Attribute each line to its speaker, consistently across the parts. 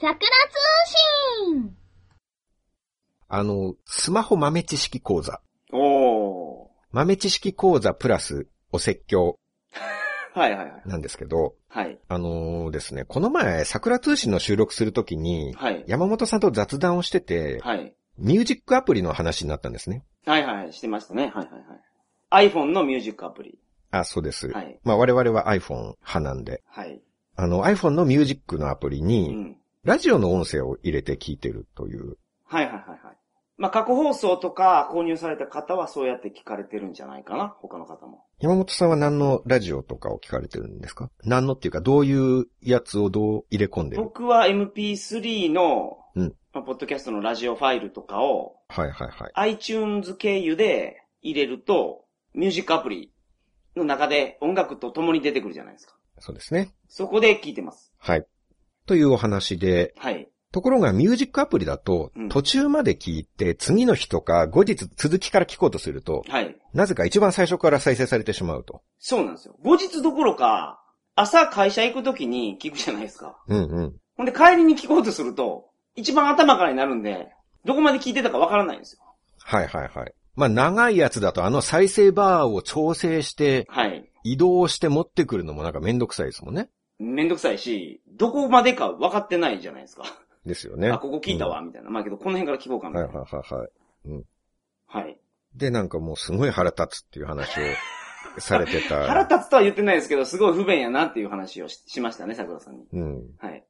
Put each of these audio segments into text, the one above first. Speaker 1: 桜通信
Speaker 2: あの、スマホ豆知識講座。
Speaker 3: おー。
Speaker 2: 豆知識講座プラスお説教
Speaker 3: はいはいはい。
Speaker 2: なんですけど、
Speaker 3: はい。
Speaker 2: あのーですね、この前、桜通信の収録するときに、
Speaker 3: はい。
Speaker 2: 山本さんと雑談をしてて、
Speaker 3: はい。
Speaker 2: ミュージックアプリの話になったんですね。
Speaker 3: はいはいはい。してましたね。はいはいはい。iPhone のミュージックアプリ。
Speaker 2: あ、そうです。
Speaker 3: はい。
Speaker 2: まあ我々は iPhone 派なんで、
Speaker 3: はい。
Speaker 2: あの iPhone のミュージックのアプリ
Speaker 3: う
Speaker 2: に、
Speaker 3: ん。
Speaker 2: ラジオの音声を入れて聞いてるという。
Speaker 3: はいはいはいはい。まあ、過去放送とか購入された方はそうやって聞かれてるんじゃないかな。他の方も。
Speaker 2: 山本さんは何のラジオとかを聞かれてるんですか何のっていうか、どういうやつをどう入れ込んでる
Speaker 3: 僕は MP3 の、
Speaker 2: うん
Speaker 3: まあ、ポッドキャストのラジオファイルとかを
Speaker 2: はいはいはい。
Speaker 3: iTunes 経由で入れると、ミュージックアプリの中で音楽と共に出てくるじゃないですか。
Speaker 2: そうですね。
Speaker 3: そこで聞いてます。
Speaker 2: はい。というお話で、
Speaker 3: はい。
Speaker 2: ところがミュージックアプリだと
Speaker 3: うん、
Speaker 2: 途中まで聞いて、次の日とか、後日続きから聞こうとすると、
Speaker 3: はい。
Speaker 2: なぜか一番最初から再生されてしまうと。
Speaker 3: そうなんですよ。後日どころか、朝会社行くときに聞くじゃないですか。
Speaker 2: うんうん。
Speaker 3: ほんで帰りに聞こうとすると、一番頭からになるんで、どこまで聞いてたかわからないんですよ。
Speaker 2: はいはいはい。まあ長いやつだとあの再生バーを調整して、
Speaker 3: はい。
Speaker 2: 移動して持ってくるのもなんかめんどくさいですもんね。
Speaker 3: めんどくさいし、どこまでか分かってないじゃないですか。
Speaker 2: ですよね。
Speaker 3: あ、ここ聞いたわ、みたいな。まあけど、この辺から聞こうか
Speaker 2: う
Speaker 3: み
Speaker 2: ん。は
Speaker 3: た
Speaker 2: いは
Speaker 3: いな。
Speaker 2: いはいはい。
Speaker 3: はい。
Speaker 2: で、なんかもうすごい腹立つっていう話をされてた。
Speaker 3: 腹立つとは言ってないですけど、すごい不便やなっていう話をししましたね、桜さんに。
Speaker 2: うん。
Speaker 3: はい。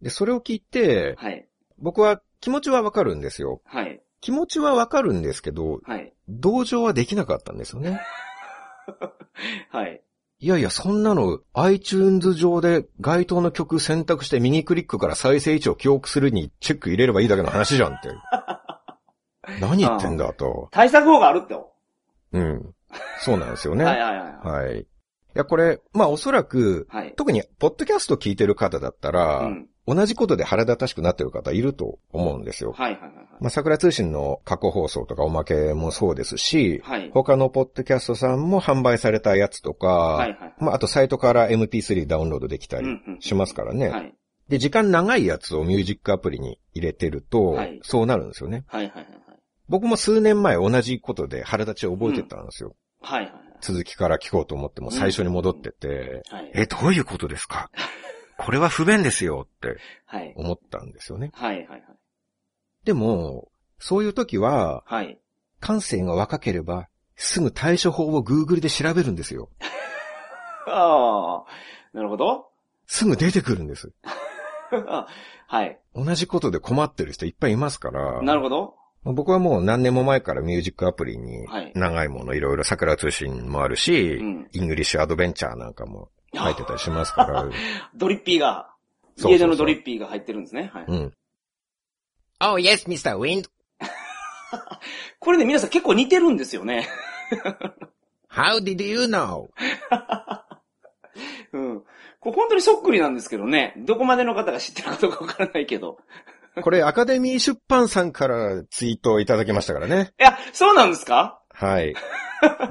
Speaker 2: で、それを聞いて、
Speaker 3: はい。
Speaker 2: 僕は気持ちはわかるんですよ。
Speaker 3: はい。
Speaker 2: 気持ちはわかるんですけど、
Speaker 3: はい。
Speaker 2: 同情はできなかったんですよね。
Speaker 3: はい。
Speaker 2: いやいや、そんなの iTunes 上で該当の曲選択して右クリックから再生位置を記憶するにチェック入れればいいだけの話じゃんって。 何言ってんだと。
Speaker 3: 対策法があるって。
Speaker 2: うん。そうなんですよね。
Speaker 3: は
Speaker 2: はいい、
Speaker 3: はいはい。
Speaker 2: い。や、これ、まあおそらく、
Speaker 3: はい。
Speaker 2: 特にポッドキャスト聞いてる方だったら、
Speaker 3: うん。
Speaker 2: 同じことで腹立たしくなってる方いると思うんですよ。
Speaker 3: はいはいはいはい。
Speaker 2: まあ桜通信の過去放送とかおまけもそうですし、
Speaker 3: はい。
Speaker 2: 他のポッドキャストさんも販売されたやつとか、
Speaker 3: はいはい。
Speaker 2: まあ、あとサイトから MP3 ダウンロードできた
Speaker 3: う
Speaker 2: り
Speaker 3: んうん
Speaker 2: しますからね。
Speaker 3: はい。
Speaker 2: で、時間長いやつをミュージックアプリに入れてると、
Speaker 3: はい
Speaker 2: そうなるんですよね。
Speaker 3: はいはいはいはい。
Speaker 2: 僕も数年前同じことで腹立ちを覚えてたんですよ。
Speaker 3: はいはい
Speaker 2: 続きから聞こうと思っても最初に戻ってて、
Speaker 3: はい。はい。
Speaker 2: え、どういうことですかこれは不便ですよって
Speaker 3: はい。
Speaker 2: 思ったんですよね。
Speaker 3: はいはいはい。
Speaker 2: でも、そういう時は、
Speaker 3: はい。
Speaker 2: 感性が若ければ、すぐ対処法を Google で調べるんですよ。
Speaker 3: ああ、なるほど。
Speaker 2: すぐ出てくるんです。
Speaker 3: はい。
Speaker 2: 同じことで困ってる人いっぱいいますから。
Speaker 3: なるほど。
Speaker 2: まあ僕はもう何年も前からミュージックアプリに
Speaker 3: はい
Speaker 2: 長いものいろいろ桜通信もあるし、
Speaker 3: うん
Speaker 2: イングリッシュアドベンチャーなんかも入ってたりします から、
Speaker 3: ドリッピーが、
Speaker 2: そうそうそう
Speaker 3: 家出のドリッピーが入ってるんですね。はい。
Speaker 2: うん。Oh yes, Mr. Wind.
Speaker 3: これね、皆さん結構似てるんですよね。
Speaker 2: How did you know?
Speaker 3: うん。これ本当にそっくりなんですけどね。どこまでの方が知ってるかどうかわからないけど。
Speaker 2: これアカデミー出版さんからツイートをいただきましたからね。
Speaker 3: いや、そうなんですか
Speaker 2: はい。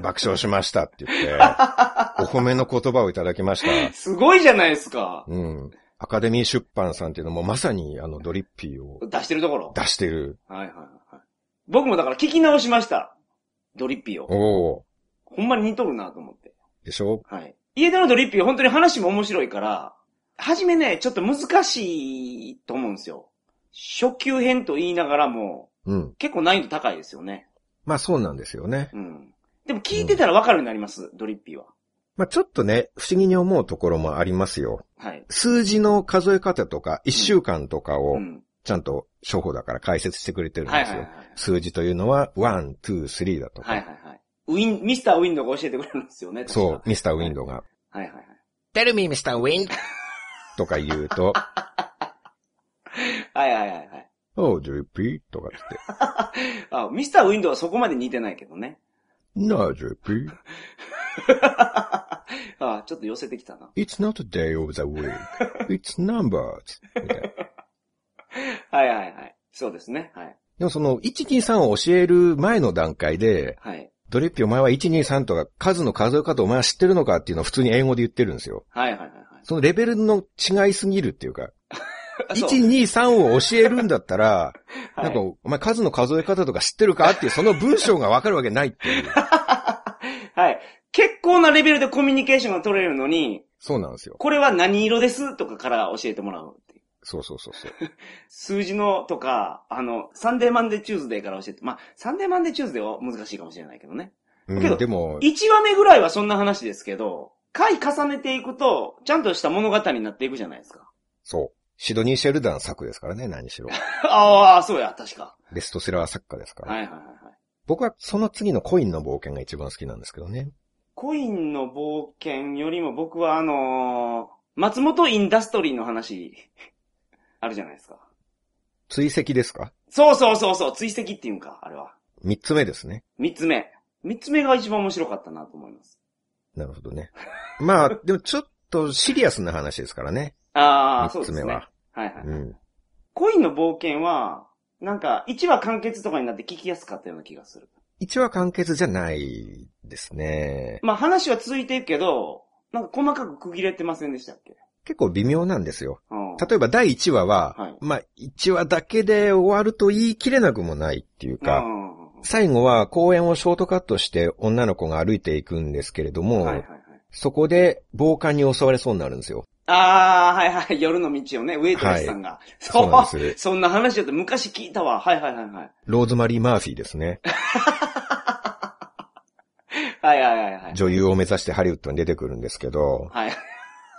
Speaker 2: 爆笑しましたって言って、お褒めの言葉をいただきました。
Speaker 3: すごいじゃないですか。
Speaker 2: うん。アカデミー出版さんっていうのもまさにあのドリッピーを
Speaker 3: 出してるところ。
Speaker 2: 出してる。
Speaker 3: はいはいはい。僕もだから聞き直しました。ドリッピーを。
Speaker 2: おー。
Speaker 3: ほんまに似とるなと思って。
Speaker 2: でしょ
Speaker 3: はい。家出のドリッピー、本当に話も面白いから、はじめね、ちょっと難しいと思うんですよ。初級編と言いながらも、
Speaker 2: うん。
Speaker 3: 結構難易度高いですよね。
Speaker 2: まあそうなんですよね。
Speaker 3: うん。でも聞いてたらわかるようになります、ドリッピーは。
Speaker 2: まあちょっとね、不思議に思うところもありますよ。
Speaker 3: はい。
Speaker 2: 数字の数え方とか、1週間とかを
Speaker 3: う、ん。
Speaker 2: ちゃんと、処方だから解説してくれてるん
Speaker 3: はい
Speaker 2: です
Speaker 3: はいはい
Speaker 2: よ。。数字というのは、1、2、3だと
Speaker 3: はいはい
Speaker 2: か。
Speaker 3: はい。ウィン、ミスターウィンドウが教えてくれるんですよね。確か
Speaker 2: そう、。ミスターウィンドウが、
Speaker 3: はいはいはい。
Speaker 2: Tell me, Mr. Wind! とか言うと、
Speaker 3: はいはいはいはい。
Speaker 2: Oh, JP? とかって、
Speaker 3: あ、ミスターウィンドウはそこまで似てないけどね。
Speaker 2: No, JP.
Speaker 3: あ、ちょっと寄せてきたな。
Speaker 2: It's not a day of the week. It's numbers. みたいな
Speaker 3: はいはいはい。そうですね。はい。
Speaker 2: でもその、1、2、3を教える前の段階で、
Speaker 3: はい。
Speaker 2: ドリッピーお前は123とか数の数え方お前は知ってるのかっていうのを普通に英語で言ってるんですよ。
Speaker 3: はいはいはいはい。
Speaker 2: そのレベルの違いすぎるっていうか、
Speaker 3: そう
Speaker 2: 1、2、3を教えるんだったら、
Speaker 3: はい
Speaker 2: なんか、お前数の数え方とか知ってるかっていう、その文章がわかるわけないって いう。
Speaker 3: はい。結構なレベルでコミュニケーションが取れるのに、
Speaker 2: そうなんですよ。
Speaker 3: これは何色ですとかから教えてもらうっていう。
Speaker 2: そうそうそうそう。
Speaker 3: 数字のとか、あの、サンデーマンデーチューズデーから教えて、まあ、サンデーマンデーチューズデーは難しいかもしれないけどね。
Speaker 2: う
Speaker 3: けど
Speaker 2: ん、でも、
Speaker 3: 1話目ぐらいはそんな話ですけど、回重ねていくと、ちゃんとした物語になっていくじゃないですか。
Speaker 2: そう。シドニー・シェルダン作ですからね、何しろ。
Speaker 3: ああ、そうや、確か。
Speaker 2: ベストセラー作家ですから。
Speaker 3: はいはいはいはい。
Speaker 2: 僕はその次のコインの冒険が一番好きなんですけどね。
Speaker 3: コインの冒険よりも僕はあのー松本インダストリーの話、あるじゃないですか。
Speaker 2: 追跡ですか
Speaker 3: そうそうそうそう、追跡っていうんか、あれは。
Speaker 2: 三つ目ですね。
Speaker 3: 三つ目。三つ目が一番面白かったなと思います。
Speaker 2: なるほどね。まあ、でもちょっとシリアスな話ですからね。
Speaker 3: ああ、そう
Speaker 2: 三
Speaker 3: で
Speaker 2: つ
Speaker 3: す
Speaker 2: 目
Speaker 3: ね。
Speaker 2: は。
Speaker 3: はいはい。
Speaker 2: うん。
Speaker 3: コインの冒険は、なんか、一話完結とかになって聞きやすかったような気がする。
Speaker 2: 一話完結じゃないですね。
Speaker 3: まあ話は続いていくけど、なんか細かく区切れてませんでしたっけ
Speaker 2: 結構微妙なんですよ。
Speaker 3: うん。
Speaker 2: 例えば第1話は、
Speaker 3: はい
Speaker 2: まあ1話だけで終わると言い切れなくもないっていうか、
Speaker 3: うん
Speaker 2: 最後は公園をショートカットして女の子が歩いていくんですけれども、
Speaker 3: はいはいはい。
Speaker 2: そこで暴漢に襲われそうになるんですよ。
Speaker 3: ああ、はいはい。夜の道をね、ウェイトレスさんが。そう
Speaker 2: そうなんです。
Speaker 3: そんな話だって昔聞いたわ。はいはいはいはい。
Speaker 2: ローズマリー・マーフィーです ね。
Speaker 3: はいはいはいはい。
Speaker 2: 女優を目指してハリウッドに出てくるんですけど、
Speaker 3: はい。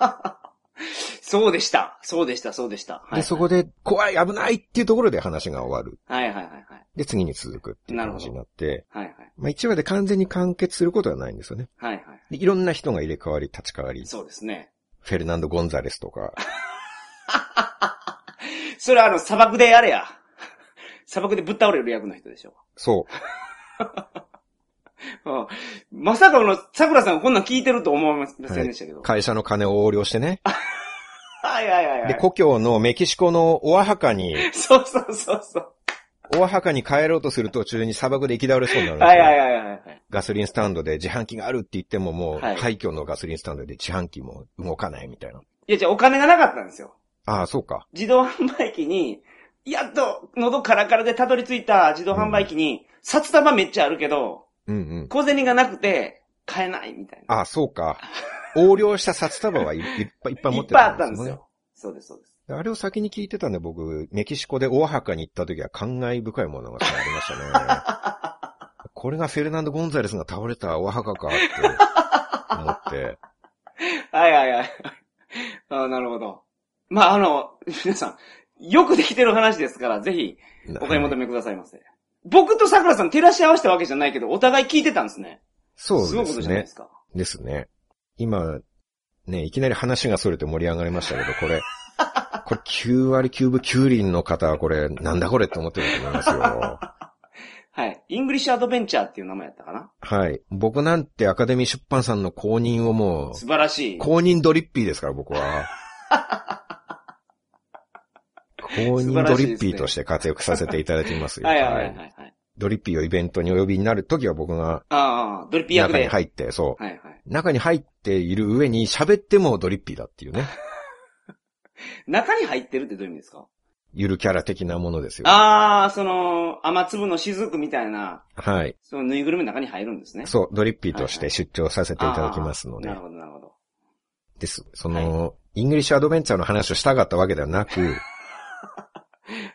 Speaker 3: そうでした。そうでした、そうでした。はい、
Speaker 2: で、そこで怖い危ないっていうところで話が終わる。
Speaker 3: はいはいはいはい。
Speaker 2: で、次に続くっていう感じになって、
Speaker 3: はいはい。
Speaker 2: まあ1話で完全に完結することはないんですよね。
Speaker 3: はいはい。
Speaker 2: でいろんな人が入れ替わり、立ち替わり、
Speaker 3: そうですね。
Speaker 2: フェルナンド・ゴンザレスとか、
Speaker 3: それはあの、砂漠であれや。 砂漠でぶっ倒れる役の人でしょ。
Speaker 2: そう、
Speaker 3: うんまさかこの、桜さんがこんなん聞いてると思いませんでしたけど。
Speaker 2: 会社の金を横領してね、
Speaker 3: はい、はいはいはい
Speaker 2: で、故郷のメキシコのオアハカに、
Speaker 3: そうそうそうそう。
Speaker 2: オアハカに帰ろうとする途中に砂漠で行き倒れそうになるんですよ。
Speaker 3: はいはいはいはいはい。
Speaker 2: ガソリンスタンドで自販機があるって言ってももう、
Speaker 3: はい
Speaker 2: 廃墟のガソリンスタンドで自販機も動かないみたいな。
Speaker 3: いや、じゃあお金がなかったんですよ。
Speaker 2: ああ、そうか。
Speaker 3: 自動販売機に、やっと、喉カラカラでたどり着いた自動販売機に、札束めっちゃあるけど、
Speaker 2: うんうん。
Speaker 3: 小銭がなくて、買えないみたいな。
Speaker 2: ああ、そうか。横領した札束はいいっぱいいっぱい
Speaker 3: い
Speaker 2: 持っ
Speaker 3: ってぱいあったんです
Speaker 2: ね
Speaker 3: よ。そうです、そうです。
Speaker 2: であれを先に聞いてたんで、僕、メキシコでオアハカに行った時は感慨深いものがありましたね。 これがフェルナンド・ゴンザレスが倒れたオアハカかって 思って。
Speaker 3: はいはいはい。 あーなるほど。まあ、あの、皆さん、よくできてる話ですから、ぜひ、お買い求めくださいませ。僕と桜さん照らし合わせたわけじゃないけど、お互い聞いてたんですね。
Speaker 2: そう
Speaker 3: ごい
Speaker 2: で
Speaker 3: こと
Speaker 2: す
Speaker 3: じゃない
Speaker 2: ね
Speaker 3: で。すか。
Speaker 2: ですね。今、ね、いきなり話がそれて盛り上がりましたけど、これ、これ9割9分9輪の方はこれ、なんだこれって思ってると思いますよ。
Speaker 3: はい。イングリッシュアドベンチャーっていう名前やったかな。
Speaker 2: はい。僕なんてアカデミー出版さんの公認をも
Speaker 3: 素
Speaker 2: う、
Speaker 3: 晴らしい。
Speaker 2: 公認ドリッピーですから、僕 は。公認ドリッピーとして活躍させていただいていますよ。
Speaker 3: はいはいはい
Speaker 2: は
Speaker 3: はいいはい。
Speaker 2: ドリッピーをイベントにお呼びになるときは僕が
Speaker 3: ああ、ドリッピー役
Speaker 2: 中
Speaker 3: で。
Speaker 2: に入って、そ
Speaker 3: はいはい。
Speaker 2: う。中に入っている上に喋ってもドリッピーだっていう ね。
Speaker 3: 中に入ってるってどういう意味ですか
Speaker 2: ゆるキャラ的なものですよ。
Speaker 3: ああ、その、雨粒の雫みたいな、
Speaker 2: はい。
Speaker 3: そのぬいぐるみの中に入るんですね。
Speaker 2: そう、ドリッピーとして出張させていただきますので
Speaker 3: なる。ほど、なるほど。
Speaker 2: です。その、イングリッシュアドベンチャーの話をしたかったわけではなく、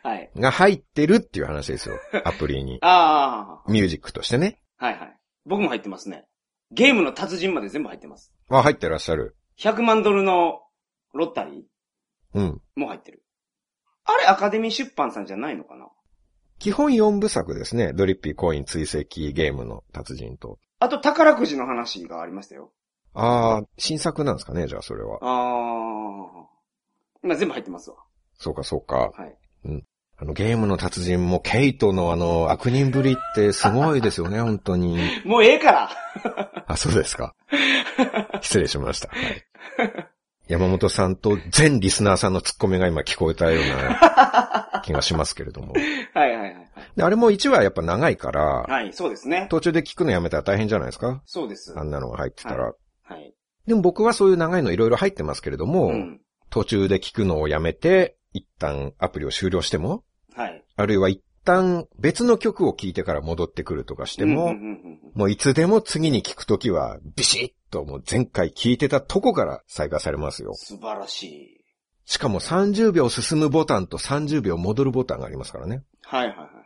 Speaker 3: はい。
Speaker 2: が入ってるっていう話ですよ。アプリに。
Speaker 3: あ
Speaker 2: ミュージックとしてね。
Speaker 3: あ、はいはい。僕も入ってますね。ゲームの達人まで全部入ってます。
Speaker 2: あ、入ってらっしゃる。
Speaker 3: 100万ドルのロッタリ
Speaker 2: うん。
Speaker 3: ーも入ってる。あれ、アカデミー出版さんじゃないのかな
Speaker 2: 基本4部作ですね。ドリッピーコイン追跡ゲームの達人と。
Speaker 3: あと、宝くじの話がありましたよ。
Speaker 2: ああ、新作なんですかね、じゃあそれは。
Speaker 3: ああ。今全部入ってますわ。
Speaker 2: そうか、そうか。
Speaker 3: はい。
Speaker 2: あの、ゲームの達人もケイトのあの、悪人ぶりってすごいです よね、本当に。
Speaker 3: もうええから
Speaker 2: あ、そうですか。失礼しました。はい。山本さんと全リスナーさんのツッコミが今聞こえたような 気がしますけれども。
Speaker 3: はいはいはい。
Speaker 2: で、あれも1話やっぱ長いから、
Speaker 3: はい、そうですね。
Speaker 2: 途中で聞くのやめたら大変じゃないですか
Speaker 3: そうです。
Speaker 2: あんなのが入ってたら。
Speaker 3: はい。
Speaker 2: でも僕はそういう長いのいろいろ入ってますけれども、
Speaker 3: うん。
Speaker 2: 途中で聞くのをやめて、一旦アプリを終了しても、
Speaker 3: はい。
Speaker 2: あるいは一旦別の曲を聴いてから戻ってくるとかしても、
Speaker 3: うんうんうんうん
Speaker 2: もういつでも次に聞くときは、ビシッともう前回聞いてたとこから再開されますよ。
Speaker 3: 素晴らしい。
Speaker 2: しかも30秒進むボタンと30秒戻るボタンがありますからね。
Speaker 3: はいはいは
Speaker 2: だか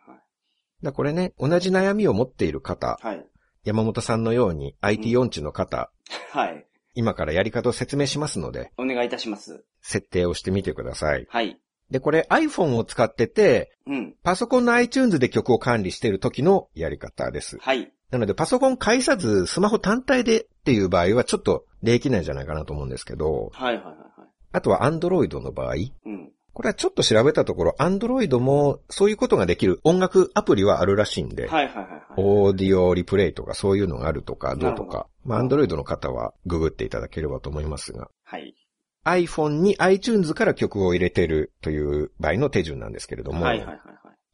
Speaker 2: らこれね、同じ悩みを持っている方、
Speaker 3: いはい。はい。
Speaker 2: 山本さんのように IT 音痴の方、
Speaker 3: はい。
Speaker 2: 今からやり方を説明しますので、
Speaker 3: お願いいたします。
Speaker 2: 設定をしてみてください。
Speaker 3: はい。
Speaker 2: で、これ iPhone を使ってて、
Speaker 3: うん。
Speaker 2: パソコンの iTunes で曲を管理している時のやり方です。
Speaker 3: はい。
Speaker 2: なので、パソコン介さず、スマホ単体でっていう場合は、ちょっとできないんじゃないかなと思うんですけど、
Speaker 3: はいはいはいはい。
Speaker 2: あとは Android の場合、
Speaker 3: うん。
Speaker 2: これはちょっと調べたところ、Android もそういうことができる音楽アプリはあるらしいんで、
Speaker 3: はいはいはいはい。
Speaker 2: オーディオリプレイとかそういうのがあるとか、どうと
Speaker 3: なる
Speaker 2: か、まあ Android の方はググっていただければと思いますが、
Speaker 3: はい。
Speaker 2: iPhone に iTunes から曲を入れてるという場合の手順なんですけれども、
Speaker 3: はいはいはいは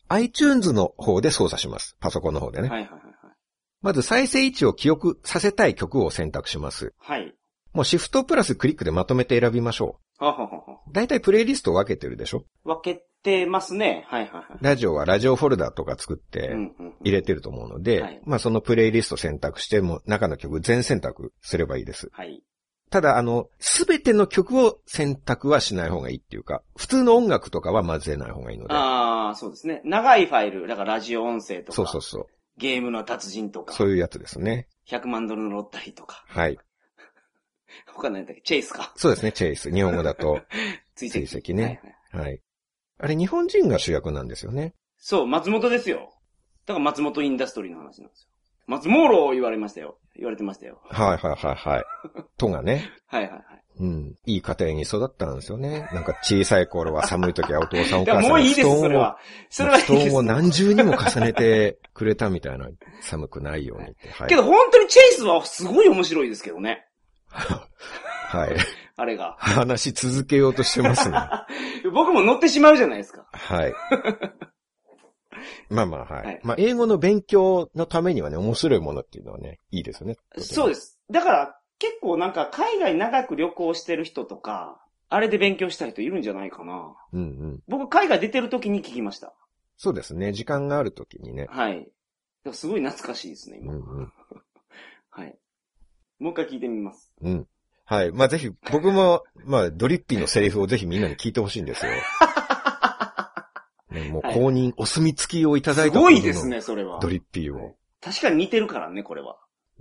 Speaker 2: iTunes の方で操作します。パソコンの方でね。
Speaker 3: い。はいはいはい
Speaker 2: まず再生位置を記憶させたい曲を選択します。
Speaker 3: はい。はい。
Speaker 2: もうシフトプラスクリックでまとめて選びましょ
Speaker 3: はははは
Speaker 2: う。だいたいプレイリストを分けてるでしょ
Speaker 3: 分けてますね。はいはいはい。
Speaker 2: ラジオはラジオフォルダとか作って
Speaker 3: うんうんうん
Speaker 2: 入れてると思うので、
Speaker 3: はい
Speaker 2: まあそのプレイリスト選択しても中の曲全選択すればいいです。
Speaker 3: はい。
Speaker 2: ただあの、すべての曲を選択はしない方がいいっていうか、普通の音楽とかは混ぜない方がいいので。
Speaker 3: ああ、そうですね。長いファイル、だからラジオ音声とか、
Speaker 2: そうそうそう。
Speaker 3: ゲームの達人とか、
Speaker 2: そういうやつですね。
Speaker 3: 100万ドルのロッタリーとか、
Speaker 2: はい。
Speaker 3: 他何だっけ、チェイスか。
Speaker 2: そうですね、チェイス。日本語だ と。
Speaker 3: 追
Speaker 2: 追跡ね
Speaker 3: はいはい
Speaker 2: はい。あれ、日本人が主役なんですよね。
Speaker 3: そう、松本ですよ。だから松本インダストリーの話なんですよ。松モーロー言われましたよ。言われてましたよ。
Speaker 2: はいはいはいはい。とがね。
Speaker 3: はいはいはい。
Speaker 2: うん。いい家庭に育ったんですよね。なんか小さい頃は寒い時はお父さんお
Speaker 3: だ
Speaker 2: 母
Speaker 3: から
Speaker 2: さん
Speaker 3: もう
Speaker 2: が
Speaker 3: いいで
Speaker 2: 布団
Speaker 3: す、それ
Speaker 2: を
Speaker 3: は。それはいいで
Speaker 2: 布団を
Speaker 3: す。
Speaker 2: 何重にも重ねてくれたみたいな、寒くないようにって。はい。
Speaker 3: けど本当にチェイスはすごい面白いですけどね。
Speaker 2: はい。
Speaker 3: あれが。
Speaker 2: 話し続けようとしてます ね。
Speaker 3: 僕も乗ってしまうじゃないですか。
Speaker 2: はい。まあまあ、はい。
Speaker 3: はい
Speaker 2: まあ、英語の勉強のためにはね、面白いものっていうのはね、いいですよね。
Speaker 3: そうです。だから結構なんか海外長く旅行してる人とか、あれで勉強した人いるんじゃないかな。
Speaker 2: うんうん。
Speaker 3: 僕海外出てる時に聞きました。
Speaker 2: そうですね。時間があるときにね。
Speaker 3: はい。だからすごい懐かしいですね、
Speaker 2: う
Speaker 3: 今。
Speaker 2: んうん。
Speaker 3: はい。もう一回聞いてみます。
Speaker 2: うん。はい。まあ、ぜひ、僕も、まあ、ドリッピーのセリフをぜひみんなに聞いてほしいんですよ。ね、もう
Speaker 3: はい
Speaker 2: 公認、お墨付きをいただ
Speaker 3: す
Speaker 2: いたこ
Speaker 3: ご
Speaker 2: との
Speaker 3: いですね、それは。
Speaker 2: ドリッピーを。
Speaker 3: 確かに似てるからね、これは。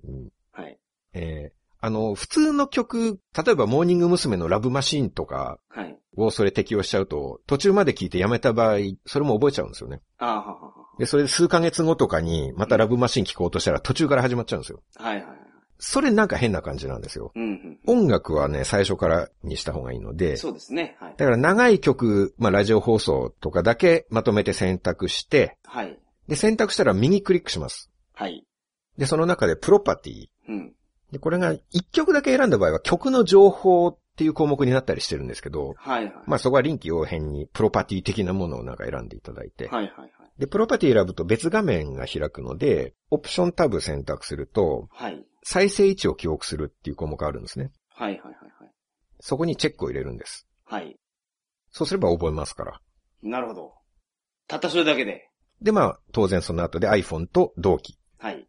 Speaker 2: うん
Speaker 3: はい。
Speaker 2: えーあの、普通の曲、例えばモーニング娘。のラブマシーンとか
Speaker 3: はい。
Speaker 2: をそれ適用しちゃうと、途中まで聞いてやめた場合、それも覚えちゃうんですよね。
Speaker 3: ああ、ははは
Speaker 2: で、それで数ヶ月後とかに、またラブマシーン聞こうとしたら途中から始まっちゃうんですよ。
Speaker 3: は。はいはいはい。
Speaker 2: それなんか変な感じなんですよ。
Speaker 3: うん、うんうん。
Speaker 2: 音楽はね、最初からにした方がいいので、
Speaker 3: そうですね。はい。
Speaker 2: だから長い曲、まあラジオ放送とかだけまとめて選択して、
Speaker 3: はい。
Speaker 2: で、選択したら右クリックします。
Speaker 3: はい。
Speaker 2: で、その中でプロパティ。
Speaker 3: うん。
Speaker 2: で、これが1曲だけ選んだ場合は曲の情報っていう項目になったりしてるんですけど、
Speaker 3: はいはい。
Speaker 2: まあそこは臨機応変にプロパティ的なものをなんか選んでいただいて、
Speaker 3: はいはいはい。
Speaker 2: で、プロパティ選ぶと別画面が開くので、オプションタブ選択すると、
Speaker 3: はい。
Speaker 2: 再生位置を記憶するっていう項目があるんですね。
Speaker 3: はいはいはいはい。
Speaker 2: そこにチェックを入れるんです。
Speaker 3: はい。
Speaker 2: そうすれば覚えますから。
Speaker 3: なるほど。たったそれだけで。
Speaker 2: で、まあ、当然その後で iPhone と同期。
Speaker 3: はい。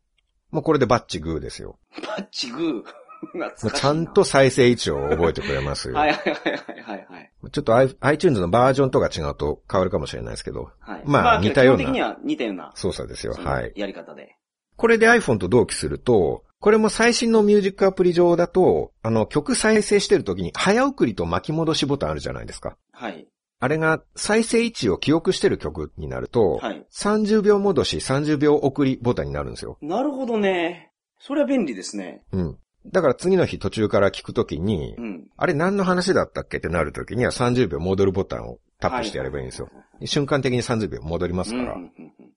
Speaker 2: もうこれでバッチグーですよ。
Speaker 3: バッチグー。 懐かしい
Speaker 2: もう
Speaker 3: な。
Speaker 2: ちゃんと再生位置を覚えてくれますよ。
Speaker 3: はいはいはいはいはい。
Speaker 2: ちょっと i- iTunes のバージョンとか違うと変わるかもしれないですけど、
Speaker 3: はい。
Speaker 2: まあ似たような
Speaker 3: 基本的には似たような。
Speaker 2: 操作ですよ。
Speaker 3: その
Speaker 2: はい。
Speaker 3: やり方で。
Speaker 2: これで iPhone と同期すると、これも最新のミュージックアプリ上だと、あの曲再生してる時に早送りと巻き戻しボタンあるじゃないですか。
Speaker 3: はい。
Speaker 2: あれが再生位置を記憶してる曲になると、
Speaker 3: はい。
Speaker 2: 30秒戻し、30秒送りボタンになるんですよ。
Speaker 3: なるほどね。それは便利ですね。
Speaker 2: うん。だから次の日途中から聞くときに、
Speaker 3: うん。
Speaker 2: あれ何の話だったっけってなるときには30秒戻るボタンをタップしてやればいいんですよ。
Speaker 3: は
Speaker 2: 瞬間的に30秒戻ります
Speaker 3: い
Speaker 2: か
Speaker 3: はい
Speaker 2: ら。
Speaker 3: はいはい。うんうんうんうん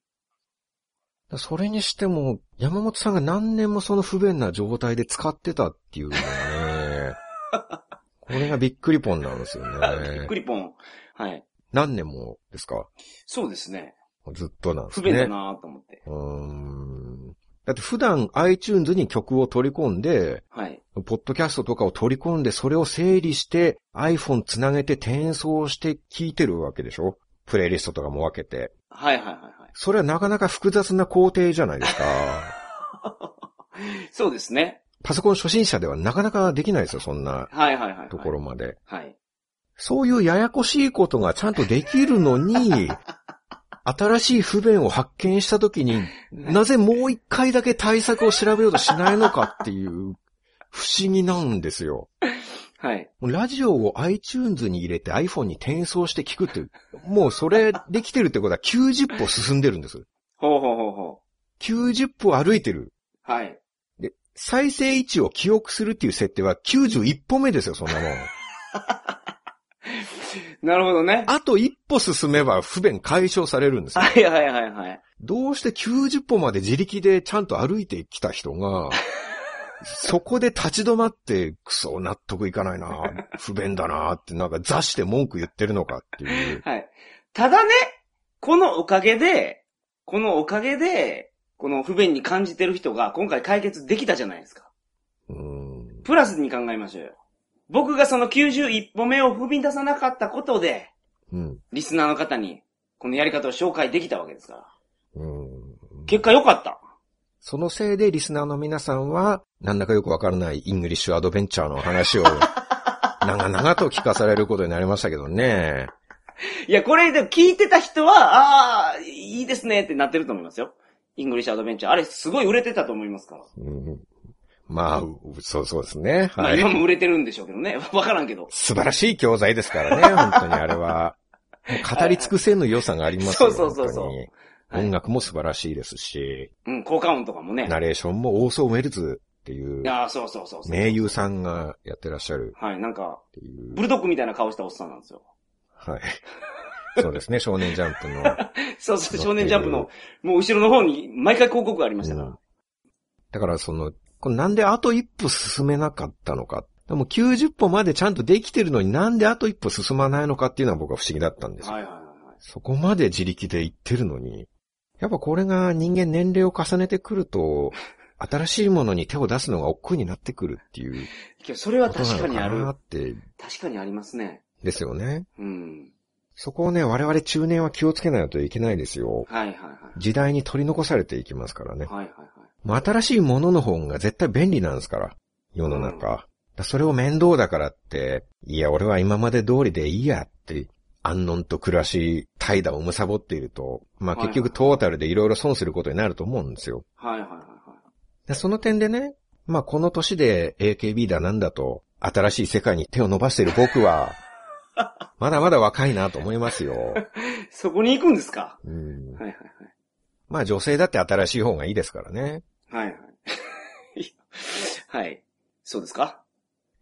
Speaker 2: それにしても、山本さんが何年もその不便な状態で使ってたっていうのがね、 これがびっくりポンなんですよ
Speaker 3: あびっ
Speaker 2: ね
Speaker 3: く。りぽん。はい。
Speaker 2: 何年もですか
Speaker 3: そうですね。
Speaker 2: ずっとなんです
Speaker 3: 不
Speaker 2: ね。
Speaker 3: 便だなと思って。
Speaker 2: うーん。だって普段 iTunes に曲を取り込んで、
Speaker 3: はい。
Speaker 2: ポッドキャストとかを取り込んで、それを整理して、iPhone つなげて転送して聞いてるわけでしょプレイリストとかも分けて。
Speaker 3: はいはいはいは
Speaker 2: それはなかなか複雑な工程じゃないですか。
Speaker 3: い。そうですね。
Speaker 2: パソコン初心者ではなかなかできないですよ、そんな
Speaker 3: はいはいはい、はい。
Speaker 2: ところまで。
Speaker 3: はい。
Speaker 2: そういうややこしいことがちゃんとできるのに、新しい不便を発見したときに、なぜもう一回だけ対策を調べようとしないのかっていう、不思議なんですよ。
Speaker 3: はい。
Speaker 2: ラジオを iTunes に入れて iPhone に転送して聞くって、もうそれできてるってことは90歩進んでるんです。
Speaker 3: ほうほうほうほ
Speaker 2: 90歩歩いてる。
Speaker 3: う。はい。
Speaker 2: 再生位置を記憶するっていう設定は91歩目ですよ、そんなもん。
Speaker 3: なるほどね。
Speaker 2: あと一歩進めば不便解消されるんですよ。
Speaker 3: はいはいはいはい。
Speaker 2: どうして90歩まで自力でちゃんと歩いてきた人が、そこで立ち止まって、クソ、納得いかないな、不便だなって、なんか座して文句言ってるのかっていう。
Speaker 3: はい。ただね、このおかげで、このおかげで、この不便に感じてる人が今回解決できたじゃないですか。
Speaker 2: うーん
Speaker 3: プラスに考えましょうよ。僕がその91歩目を踏み出さなかったことで、
Speaker 2: うん。
Speaker 3: リスナーの方に、このやり方を紹介できたわけですから。
Speaker 2: うん。
Speaker 3: 結果良かった。
Speaker 2: そのせいでリスナーの皆さんは、なんだかよくわからないイングリッシュアドベンチャーの 話を、長々と聞かされることになりましたけどね。
Speaker 3: いや、これでも聞いてた人は、ああ、いいですねってなってると思いますよ。イングリッシュアドベンチャー。あれ、すごい売れてたと思いますから。
Speaker 2: うん、まあ、うそうそうですね。
Speaker 3: ま
Speaker 2: は
Speaker 3: あ
Speaker 2: い。
Speaker 3: 今も売れてるんでしょうけどね。わからんけど。
Speaker 2: 素晴らしい教材ですからね、本当にあれは。もう語り尽くせぬ良さがありますよ、
Speaker 3: そうそうそうそ
Speaker 2: 本
Speaker 3: う
Speaker 2: 当に
Speaker 3: はい
Speaker 2: 音楽も素晴らしいですし、
Speaker 3: うん、効果音とかもね。
Speaker 2: ナレーションもオーソーウェルズっていう
Speaker 3: いやーそうそうそうそう。
Speaker 2: 名優さんがやってらっしゃる
Speaker 3: はい、なんか、
Speaker 2: っていう
Speaker 3: ブ。ルドッグみたいな顔したおっさんなんですよ。
Speaker 2: はい。そうですね、少年ジャンプの。
Speaker 3: そうそう、少年ジャンプの、もう後ろの方に毎回広告がありましたから。
Speaker 2: うんだからその、これなんであと一歩進めなかったのか。でも90歩までちゃんとできてるのになんであと一歩進まないのかっていうのは僕は不思議だったんですよ
Speaker 3: はいはいはいはい。
Speaker 2: そこまで自力で言ってるのに、やっぱこれが人間年齢を重ねてくると、新しいものに手を出すのが億劫になってくるっていう
Speaker 3: けどそれ
Speaker 2: こ
Speaker 3: は
Speaker 2: とな
Speaker 3: 確
Speaker 2: の
Speaker 3: か
Speaker 2: か
Speaker 3: にある
Speaker 2: な。って、
Speaker 3: 確かにありますね。
Speaker 2: ですよね。
Speaker 3: うん。
Speaker 2: そこをね、我々中年は気をつけないといけないですよ。
Speaker 3: はいはいはい。
Speaker 2: 時代に取り残されていきますからね。
Speaker 3: はいはいはい。
Speaker 2: もう新しいものの方が絶対便利なんですから、世の中。
Speaker 3: うん
Speaker 2: だからそれを面倒だからって、いや、俺は今まで通りでいいやって、安穏と暮らし、怠惰を貪っていると、まあ
Speaker 3: はいはい
Speaker 2: 結局トータルでいろいろ損することになると思うんですよ。
Speaker 3: はいはいはい
Speaker 2: でその点でね、まあこの年で AKB だなんだと、新しい世界に手を伸ばしている僕 は、まだまだ若いなと思いますよ。
Speaker 3: はい。そこに行くんですか
Speaker 2: うん
Speaker 3: はいはいはい。
Speaker 2: まあ女性だって新しい方がいいですからね。
Speaker 3: はいはい。 はい。そうですか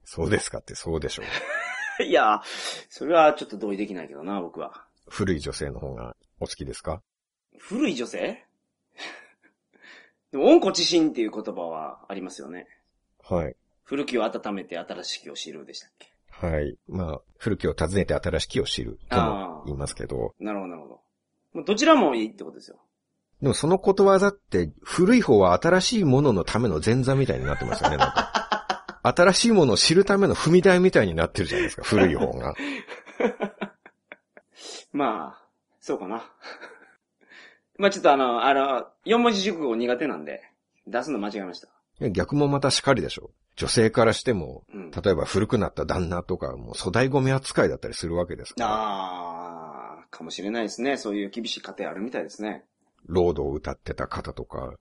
Speaker 2: そうですかってそうでしょう。
Speaker 3: いや、それはちょっと同意できないけどな、僕は。
Speaker 2: 古い女性の方がお好きですか
Speaker 3: 古い女性 でも、温故知新っていう言葉はありますよね。
Speaker 2: はい。
Speaker 3: 古きを温めて新しきを知るでしたっけ
Speaker 2: はい。まあ、古きを訪ねて新しきを知るとも言いますけど、
Speaker 3: なるほど、なるほど。まあどちらもいいってことですよ。
Speaker 2: でもそのことわざって、古い方は新しいもののための前座みたいになってますよね、なんか。新しいものを知るための踏み台みたいになってるじゃないですか、古い方が。
Speaker 3: まあ、そうかな。 まあちょっとあの、あの、四文字熟語苦手なんで、出すの間違えました。
Speaker 2: 逆もまたしかりでしょ。女性からしても、
Speaker 3: うん。
Speaker 2: 例えば古くなった旦那とか、もう粗大ゴミ扱いだったりするわけですから、
Speaker 3: あー、かもしれないですね。そういう厳しい家庭あるみたいですね。
Speaker 2: ロードを歌ってた方とか、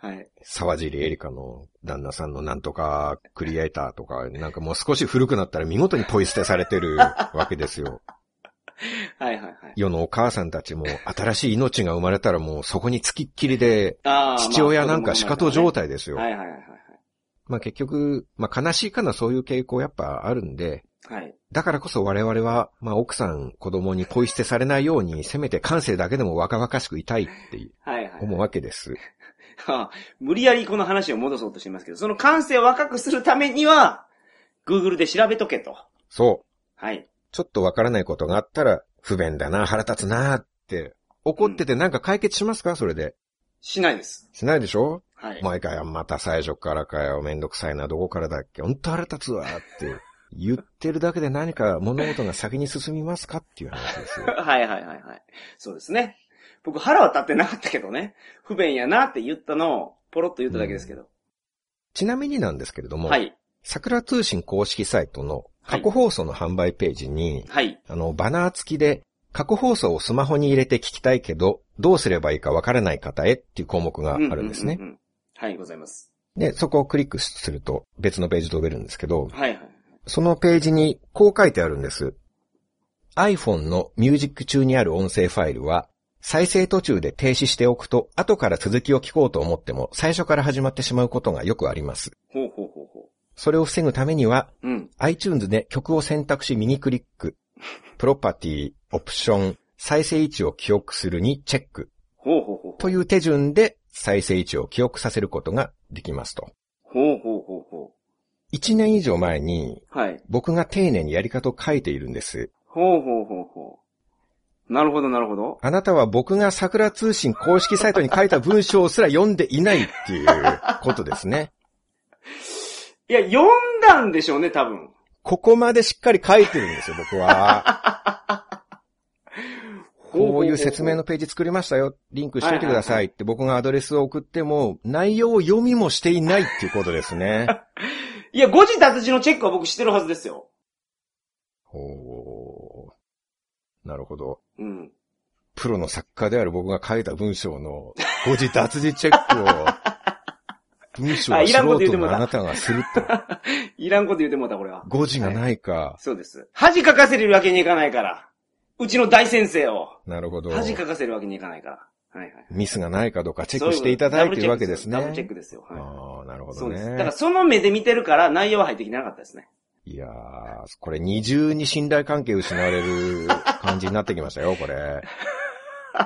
Speaker 3: はい。
Speaker 2: 沢尻エリカの旦那さんのなんとかクリエイターとか、なんかもう少し古くなったら見事にポイ捨てされてるわけです よ。
Speaker 3: はいはいはい。
Speaker 2: 世のお母さんたちも新しい命が生まれたらもうそこにつきっきりで、
Speaker 3: あー
Speaker 2: 父親なんか仕方状
Speaker 3: 態
Speaker 2: 態ですよ。
Speaker 3: はいはいはいはい
Speaker 2: まあ結局、まあ悲しいかなそういう傾向やっぱあるんで、
Speaker 3: はい。はい。
Speaker 2: だからこそ我々は、まあ奥さん、子供にポイ捨てされないように、せめて感性だけでも若々しくいたいって
Speaker 3: はいはい、
Speaker 2: 思うわけです。
Speaker 3: はあ無理やりこの話を戻そうとしてますけど、その感性を若くするためには、Google で調べとけと。
Speaker 2: そう。
Speaker 3: はい。
Speaker 2: ちょっとわからないことがあったら、不便だな、腹立つなって、怒っててなんか解決しますかそれで。
Speaker 3: しないです。
Speaker 2: しないでしょ
Speaker 3: はい。
Speaker 2: 毎回、また最初からかよ、めんどくさいな、どこからだっけ、ほんと腹立つわ、って言ってるだけで何か物事が先に進みますかっていう話です よ。
Speaker 3: はいはいはいはい。そうですね。僕腹は立ってなかったけどね。不便やなって言ったのを、ポロッと言っただけですけど。
Speaker 2: ちなみになんですけれども、
Speaker 3: はい。
Speaker 2: 桜通信公式サイトの過去放送の販売ページに、
Speaker 3: はい。
Speaker 2: あの、バナー付きで、過去放送をスマホに入れて聞きたいけど、どうすればいいかわからない方へっていう項目があるんですね
Speaker 3: う。うううん。はい、ございます。
Speaker 2: で、そこをクリックすると別のページ飛べるんですけど、
Speaker 3: はいはい。
Speaker 2: そのページにこう書いてあるんです。iPhone のミュージック中にある音声ファイルは、再生途中で停止しておくと、後から続きを聞こうと思っても、最初から始まってしまうことがよくあります。
Speaker 3: ほうほうほうほ
Speaker 2: それを防ぐためには、
Speaker 3: う。うん。
Speaker 2: iTunes で曲を選択し右クリック、プロパティ、オプション、再生位置を記憶するにチェック
Speaker 3: ほうほうほうほう。
Speaker 2: という手順で再生位置を記憶させることができますと。
Speaker 3: ほうほうほうほ
Speaker 2: 1年以上前に
Speaker 3: う。はい。
Speaker 2: 僕が丁寧にやり方を書いているんです。
Speaker 3: ほうほうほうほう。なるほどなるほど。
Speaker 2: あなたは僕が桜通信公式サイトに書いた文章すら読んでいないっていうことですね。
Speaker 3: いや、読んだんでしょうね、多分。
Speaker 2: ここまでしっかり書いてるんですよ、僕は。 こういう説明のページ作りましたよ。リンクしといてくださいって僕がアドレスを送っても、内容を読みもしていないっていうことです ね。
Speaker 3: いや、誤字脱字のチェックは僕してるはずですよ。
Speaker 2: ほう。なるほど。
Speaker 3: うん。
Speaker 2: プロの作家である僕が書いた文章の誤字脱字チェック を、文章
Speaker 3: あ
Speaker 2: を
Speaker 3: いらんこと
Speaker 2: 素
Speaker 3: 言うて
Speaker 2: 人
Speaker 3: も
Speaker 2: の
Speaker 3: うた
Speaker 2: あなたがすると、
Speaker 3: いらんこと言うてもうた、これは。
Speaker 2: 誤字がないか。
Speaker 3: そうです。恥かかせるわけにいかないから。うちの大先生を。
Speaker 2: なるほど。
Speaker 3: 恥かかせるわけにいかないから。はいはい。
Speaker 2: ミスがないかどうかチェッ
Speaker 3: そう
Speaker 2: ク
Speaker 3: うこと
Speaker 2: していただいているわけですね。
Speaker 3: ダブルチェックですよ。ダブルチェックです
Speaker 2: あ
Speaker 3: よはい。
Speaker 2: あ、なるほ
Speaker 3: そ
Speaker 2: ど
Speaker 3: うです。だから
Speaker 2: ね。
Speaker 3: その目で見てるから内容は入ってきてなかったですね。
Speaker 2: いやー、これ二重に信頼関係失われる感じになってきましたよ、こ れ。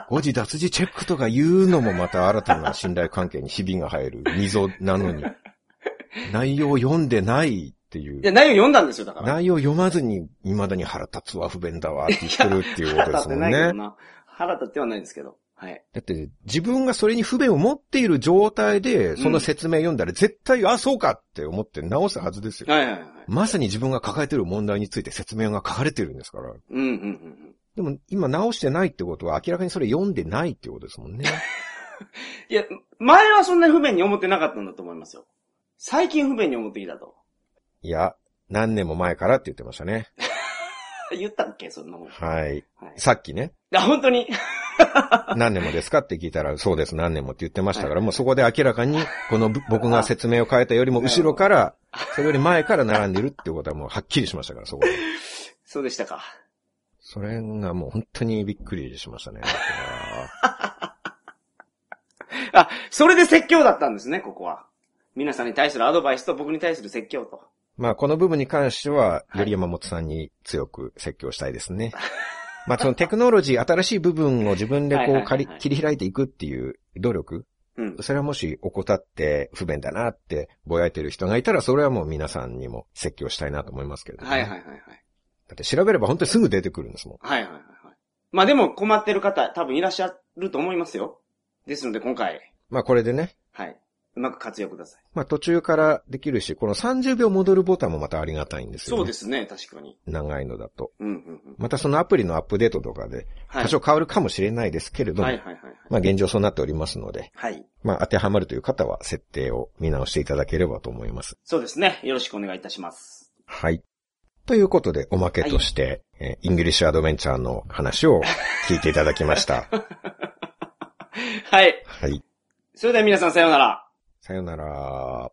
Speaker 2: 誤字脱字チェックとか言うのもまた新たな信頼関係にひびが入る溝なの に。内容を読んでないっていう
Speaker 3: い。や、内容読んだんですよ、だから。
Speaker 2: 内容読まずに未だに腹立つわ、不便だわって言ってるっていうこと
Speaker 3: 腹
Speaker 2: で
Speaker 3: 立
Speaker 2: す
Speaker 3: って
Speaker 2: もん
Speaker 3: ないけ
Speaker 2: ね
Speaker 3: ど。な。腹立ってはないですけど。はい。
Speaker 2: だって、自分がそれに不便を持っている状態で、その説明読んだら絶対、あ、そうかって思って直すはずですよ。
Speaker 3: はいはいはい。
Speaker 2: まさに自分が抱えている問題について説明が書かれてるんですから。
Speaker 3: うんうんうんうん。
Speaker 2: でも、今直してないってことは明らかにそれ読んでないってことですもん ね。
Speaker 3: いや、前はそんなに不便に思ってなかったんだと思いますよ。最近不便に思ってきたと。
Speaker 2: いや、何年も前からって言ってましたね。
Speaker 3: 言ったっけそんなもん。はい。
Speaker 2: はい。さっきね、
Speaker 3: あ、本当に。
Speaker 2: 何年もですかって聞いたら、そうです、何年もって言ってましたから、もうそこで明らかに、この ぶ僕が説明を変えたよりも後ろから、それより前から並んでるってことはもうはっきりしましたから、そこで。
Speaker 3: そうでしたか。
Speaker 2: それがもう本当にびっくりしましたね。
Speaker 3: あ、それで説教だったんですね、ここは。皆さんに対するアドバイスと僕に対する説教と。
Speaker 2: まあ、この部分に関しては、
Speaker 3: い
Speaker 2: より山本さんに強く説教したいですね。まあ、そのテクノロジー、新しい部分を自分で
Speaker 3: はいはい
Speaker 2: こ
Speaker 3: は
Speaker 2: う、
Speaker 3: い
Speaker 2: かり切り開いていくっていう努力、
Speaker 3: うん。
Speaker 2: それはもし怠って不便だなってぼやいてる人がいたら、それはもう皆さんにも説教したいなと思いますけれどもね、
Speaker 3: はいはいはいはい。
Speaker 2: だって調べれば本当にすぐ出てくるんですもん。
Speaker 3: はいはいはいはい。まあでも困ってる方多分いらっしゃると思いますよ。ですので今回、
Speaker 2: まあ、これでね。
Speaker 3: はい。うまく活用ください。
Speaker 2: まあ、途中からできるし、この30秒戻るボタンもまたありがたいんですよ、ね。
Speaker 3: そうですね、確かに。
Speaker 2: 長いのだと。
Speaker 3: うんうんうん。
Speaker 2: またそのアプリのアップデートとかで、
Speaker 3: はい。
Speaker 2: 多少変わるかもしれないですけれども、
Speaker 3: はいはいはいはい。
Speaker 2: まあ現状そうなっておりますので、
Speaker 3: はい。
Speaker 2: まあ当てはまるという方は設定を見直していただければと思います。
Speaker 3: そうですね。よろしくお願いいたします。
Speaker 2: はい。ということで、おまけとして、えーイングリッシュアドベンチャーの話を聞いていただきま した。
Speaker 3: はい。
Speaker 2: はい。
Speaker 3: それでは皆さんさようなら。
Speaker 2: さよなら。